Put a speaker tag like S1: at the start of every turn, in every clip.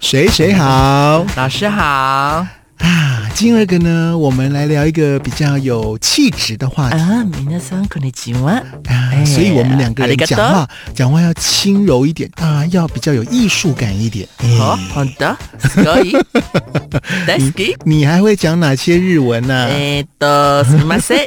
S1: 谁谁好
S2: 老师好。
S1: 啊！今儿个呢，我们来聊一个比较有气质的话题
S2: 啊，皆さんこんにちは。
S1: 啊，
S2: 哎
S1: 所以我们两个人
S2: ありがとう
S1: 讲话讲话要轻柔一点啊，要比较有艺术感一点。哎
S2: 好，好的，すご い。大好き。
S1: 你还会讲哪些日文啊呢、
S2: えっと、すみま せん。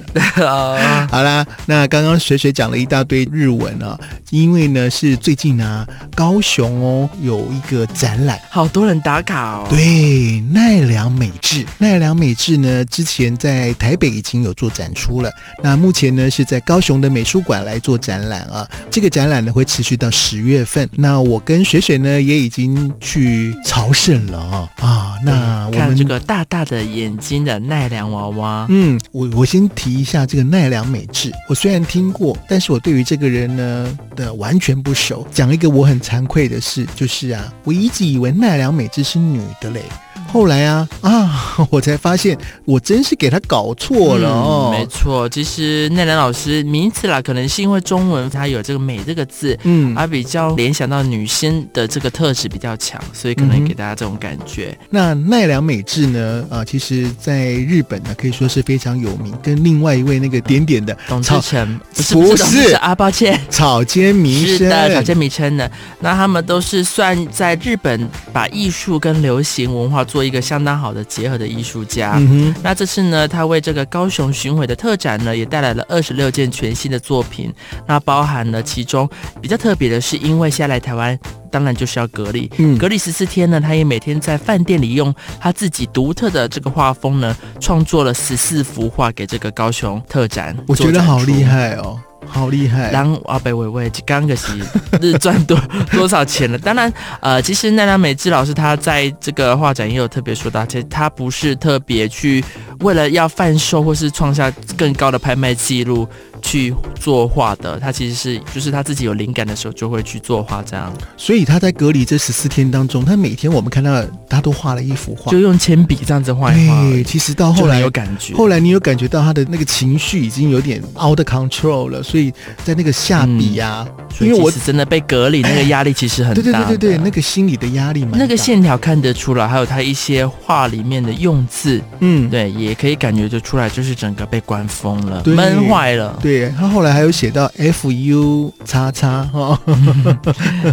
S1: 哎
S2: っと、
S1: 好啦，那刚刚水水讲了一大堆日文啊，因为呢是最近呢、高雄哦有一个展览，
S2: 好多人打卡哦。
S1: 对奈良美智，奈良美智呢之前在台北已经有做展出了，那目前呢是在高雄的美术馆来做展览啊，这个展览呢会持续到十月份，那我跟水水呢也已经去朝圣了啊啊，那我
S2: 看
S1: 们
S2: 这个大大的眼睛的奈良娃娃，
S1: 嗯，我我先提一下这个奈良美智。我虽然听过，但是我对于这个人呢的完全不熟。讲一个我很惭愧的事，就是啊，我一直以为奈良美智是女的嘞。
S2: 嗯
S1: 后来啊啊，我才发现我真是给他搞错了
S2: 嗯没
S1: 哦。
S2: 错，其实奈良老师名字啦，可能是因为中文它有这个“美”这个字，
S1: 嗯，
S2: 而比较联想到女生的这个特质比较强，所以可
S1: 嗯
S2: 能
S1: 哼
S2: 给大家这种感觉。
S1: 那奈良美智呢？啊、其实在日本呢，可以说是非常有名，跟另外一位那个点点的
S2: 董志
S1: 草
S2: 成不是
S1: 不
S2: 不是董志
S1: 是
S2: 成啊，抱歉。
S1: 草间弥
S2: 是
S1: 生，
S2: 的，小见迷称的，那他们都是算在日本把艺术跟流行文化做一个相当好的结合的艺术家。
S1: 嗯哼，
S2: 那这次呢，他为这个高雄巡回的特展呢，也带来了二十六件全新的作品。那包含了其中比较特别的是，因为现在来台湾，当然就是要隔离，
S1: 嗯
S2: 隔离十四天呢，他也每天在饭店里用他自己独特的这个画风呢，创作了十四幅画给这个高雄特展。
S1: 我觉得好厉
S2: 害。
S1: 害哦，好厉害。
S2: 然后啊阿北伟伟刚可是 日赚多多少钱了？当然，呃，其实奈良美智老师他在这个画展也有特别说到，其实他不是特别去为了要贩售或是创下更高的拍卖记录去作画的，他其实是就是他自己有灵感的时候就会去作画，这样
S1: 所以他在隔离这十四天当中，他每天我们看到他都画了一幅画
S2: 就。用铅笔这样子画一画而
S1: 对，
S2: 已，
S1: 其实到后
S2: 就很
S1: 来
S2: 有，感觉。
S1: 后来你有感觉到他的那个情绪已经有点 out of control 了，所以在那个下笔呀、
S2: 所以
S1: 因为我
S2: 即使真的被隔离，那个压力其嗯实很大
S1: 对
S2: 的。
S1: 对对对对，那个心理的压力蛮大
S2: 那个，线条看得出来，还有他一些画里面的用字，
S1: 嗯，
S2: 对，也可以感觉得出来，就是整个被关封了，
S1: 对
S2: 闷坏了。
S1: 对他后来还有写到 F U 叉叉哈，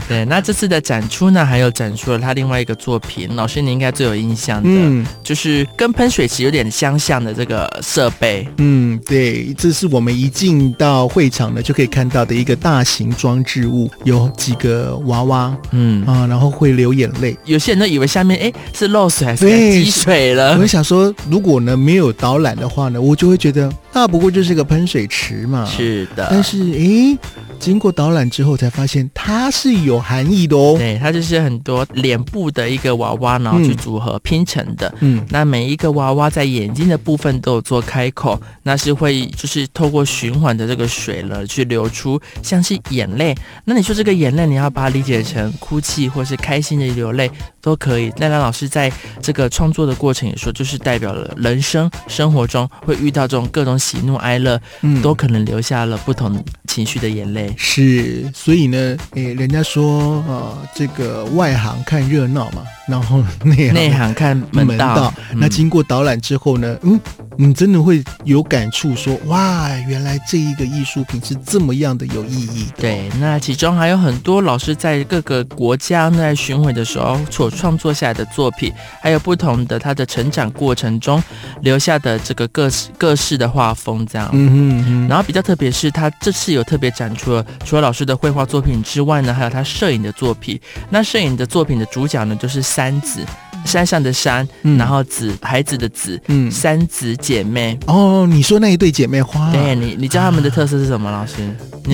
S2: 对，那这次的展出呢，还有展出了他另外一个作品，老师你应该最有印象的，
S1: 嗯
S2: 就是跟喷水池有点相像的这个设备。
S1: 嗯，对，这是我们一进到会场呢就可以看到的一个大型装置物，有几个娃娃
S2: 嗯，
S1: 啊，然后会流眼泪。
S2: 有些人都以为下面哎是漏水还是
S1: 对
S2: 积水了
S1: 我会。想说，如果呢没有导览的话呢，我就会觉得那不过就是个喷水池嘛。。
S2: 嗯是的，
S1: 但是，诶，经过导览之后才发现它是有含义的哦。
S2: 对，它就是很多脸部的一个娃娃，然后去
S1: 嗯
S2: 组合拼成的。
S1: 嗯
S2: 那每一个娃娃在眼睛的部分都有做开口，那是会就是透过循环的这个水了去流出，像是眼泪。那你说这个眼泪，你要把它理解成哭泣或是开心的流泪都可以。奈良老师在这个创作的过程也说，就是代表了人生生活中会遇到这种各种喜怒哀乐，
S1: 嗯
S2: 都可能留下了不同情绪的眼泪。
S1: 是，所以呢，诶，人家说呃，这个外行看热闹嘛，然后内行
S2: 内行看门道，嗯
S1: 那经过导览之后呢，嗯，你真的会有感触说，哇，原来这一个艺术品是这么样的有意义的。
S2: 对，那其中还有很多老师在各个国家在巡回的时候所创作下来的作品，还有不同的他的成长过程中留下的这个各式各式的画风这样。
S1: 嗯哼嗯哼
S2: 然后比较特别是，他这次有特别展出了除了老师的绘画作品之外呢，还有他摄影的作品。那摄影的作品的主角呢，就是三子，山上的山，
S1: 嗯
S2: 然后子孩子的子，
S1: 嗯，
S2: 三子姐妹。
S1: 哦，你说那一对姐妹花，
S2: 对你，你知道他们的特色是什么？老师，你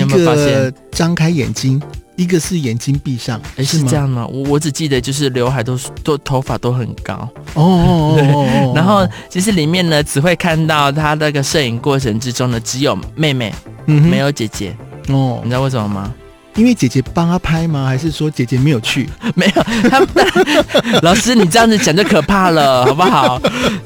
S1: 嗯一
S2: 有没有发现？
S1: 个张开眼睛，一个是眼睛闭上，
S2: 诶哎是
S1: 吗
S2: 这？样吗？我我只记得就是刘海都是都头发都很高，
S1: 哦哦哦哦哦，
S2: 然后其实里面呢只会看到他那个摄影过程之中呢只有妹妹
S1: 嗯哼
S2: 没有姐姐，
S1: 哦
S2: 你，知道为什么吗？
S1: 因为姐姐帮他拍吗？还是说姐姐没有去？
S2: 没有，他们老师，你这样子讲就可怕了，好 不好？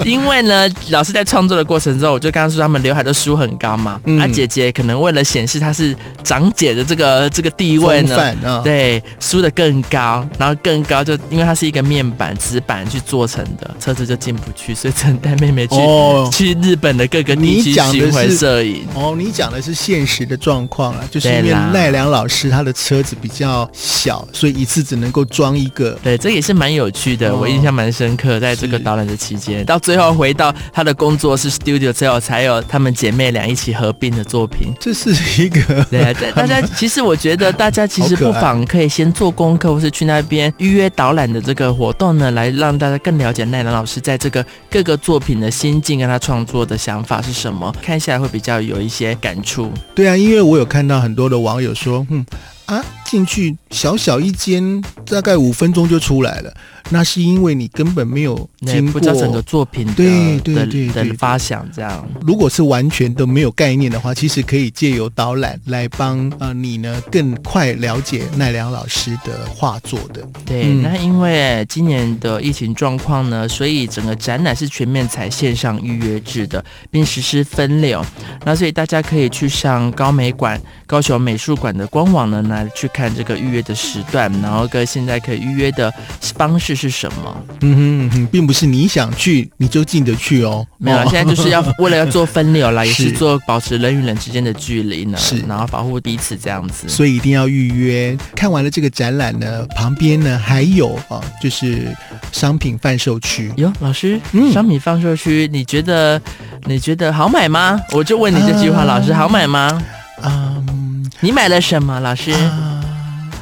S2: 因为呢，老师在创作的过程中，我就刚刚说他们刘海都梳很高嘛，
S1: 嗯
S2: 啊，姐姐可能为了显示她是长姐的这个这个地位
S1: 风
S2: 呢，
S1: 范啊，
S2: 对，梳的更高，然后更高就因为它是一个面板纸板去做成的，车子就进不去，所以只能带妹妹去、
S1: 哦
S2: 去日本的各个地
S1: 你
S2: 区
S1: 讲的
S2: 巡回
S1: 是
S2: 摄影。
S1: 哦，你讲的是现实的状况啊，就是因
S2: 对
S1: 为
S2: 啦
S1: 奈良老师他的车子比较小，所以一次只能够装一个。
S2: 对，这也是蛮有趣的，
S1: 哦
S2: 我印象蛮深刻。在这个
S1: 是
S2: 导览的期间，到最后回到她的工作室 studio 之后，才有她们姐妹俩一起合并的作品。
S1: 这是一个
S2: 对啊，大大家其实我觉得大家其实
S1: 好可
S2: 不
S1: 爱
S2: 妨可以先做功课，或是去那边预约导览的这个活动呢，来让大家更了解奈良老师在这个各个作品的心境跟他创作的想法是什么，看下来会比较有一些感触。
S1: 对啊，因为我有看到很多的网友说，嗯啊，进去小小一间，大概五分钟就出来了，那是因为你根本没有
S2: 那
S1: 经
S2: 不
S1: 过
S2: 知道整个作品的
S1: 对对对
S2: 的
S1: 对
S2: 的发想这样。
S1: 如果是完全都没有概念的话，其实可以借由导览来帮呃你呢更快了解奈良老师的画作的。
S2: 对，
S1: 嗯
S2: 那因为今年的疫情状况呢，所以整个展览是全面采线上预约制的，并实施分流。那所以大家可以去上高美馆、高雄美术馆的官网呢，来去看这个预约的时段，然后跟现在可以预约的方式是什么。
S1: 嗯哼嗯哼，并不是你想去你就进得去哦。
S2: 没有啦，
S1: 哦
S2: 现在就是要为了要做分流啦，也是
S1: 是
S2: 做保持人与人之间的距离呢，
S1: 是
S2: 然后保护彼此这样子。
S1: 所以一定要预约。看完了这个展览呢，旁边呢还有啊，就是商品贩售区。
S2: 哟，老师，
S1: 嗯
S2: 商品放售区，你觉得你觉得好买吗？我就问你这句话，
S1: 啊
S2: 老师好买吗？
S1: 嗯
S2: 你买了什么，老师？
S1: 啊，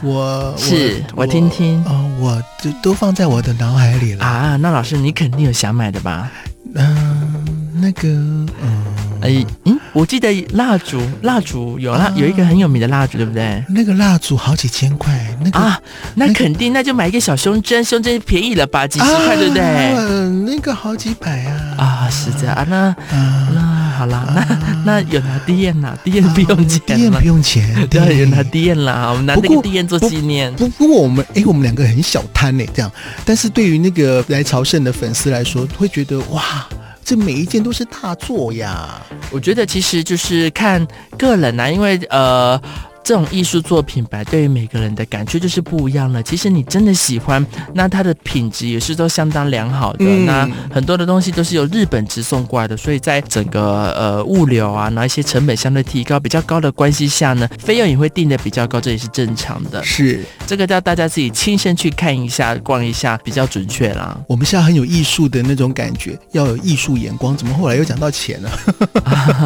S1: 我
S2: 是我听听
S1: 啊、哦我这都放在我的脑海里了。
S2: 啊，那老师你肯定有想买的吧？
S1: 嗯、那个嗯。
S2: 哎，嗯，我记得蜡烛，蜡烛有蜡、
S1: 啊
S2: 有一个很有名的蜡烛，对不对？
S1: 那个蜡烛好几千块，那个
S2: 啊，
S1: 那
S2: 那
S1: 个
S2: 肯定，那就买一个小胸针，胸针便宜了吧，几十块，对不对？
S1: 嗯，那个好几百啊！
S2: 啊，是这样啊，那
S1: 啊，
S2: 那好啦，那那有拿低验啦，低验不用钱
S1: 店
S2: 了
S1: 啊不，用钱，
S2: 对，有拿低验啦，我们拿
S1: 不
S2: 那个
S1: 过
S2: 低验做
S1: 不
S2: 纪念。
S1: 不不过我们哎，我们两个很小摊呢，这样。但是对于那个来朝圣的粉丝来说，会觉得哇，这每一件都是大作呀。
S2: 我觉得其实就是看个人啊，因为呃。这种艺术作品吧，对于每个人的感觉就是不一样了。其实你真的喜欢，那它的品质也是都相当良好的。
S1: 嗯
S2: 那很多的东西都是由日本直送过来的，所以在整个呃物流啊，然后一些成本相对提高、比较高的关系下呢，费用也会定的比较高，这也是正常的。
S1: 是
S2: 这个叫大家自己亲身去看一下、逛一下，比较准确啦。
S1: 我们是要很有艺术的那种感觉，要有艺术眼光。怎么后来又讲到钱呢？
S2: 啊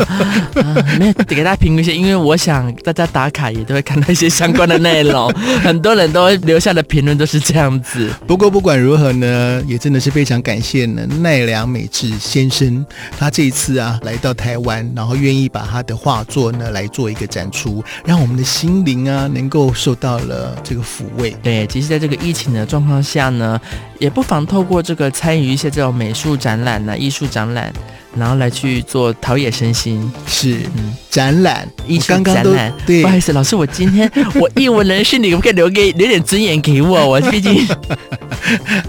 S2: 没有得给大家评估一下，因为我想大家打卡也都会看到一些相关的内容，很多人都留下的评论都是这样子。
S1: 不过不管如何呢，也真的是非常感谢呢奈良美智先生，他这一次啊来到台湾，然后愿意把他的画作呢来做一个展出，让我们的心灵啊能够受到了这个抚慰。
S2: 对，其实在这个疫情的状况下呢，也不妨透过这个参与一些这种美术展览呢、艺术展览，然后来去做陶冶身心。
S1: 是
S2: 嗯，
S1: 展览，
S2: 艺
S1: 我
S2: 术
S1: 刚刚
S2: 展
S1: 都
S2: 览。
S1: 对
S2: 不好意思，老师，我今天我艺文人士，你可不可以留给留点尊严给我？我毕竟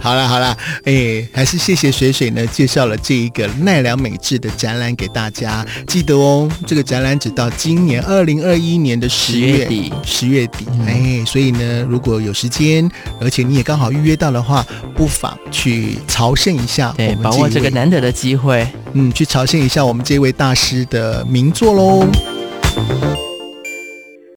S1: 好啦好啦，哎，还是谢谢水水呢，介绍了这一个奈良美智的展览给大家。记得哦，这个展览只到今年二零二一年的十
S2: 十
S1: 月
S2: 月底。
S1: 十月底，
S2: 嗯
S1: 哎，所以呢，如果有时间，而且你也刚好预约到的话，不妨去朝圣一下我
S2: 对，
S1: 们
S2: 把握这
S1: 一位，
S2: 个难得的机会。
S1: 嗯，去朝圣一下我们这位大师的名作喽。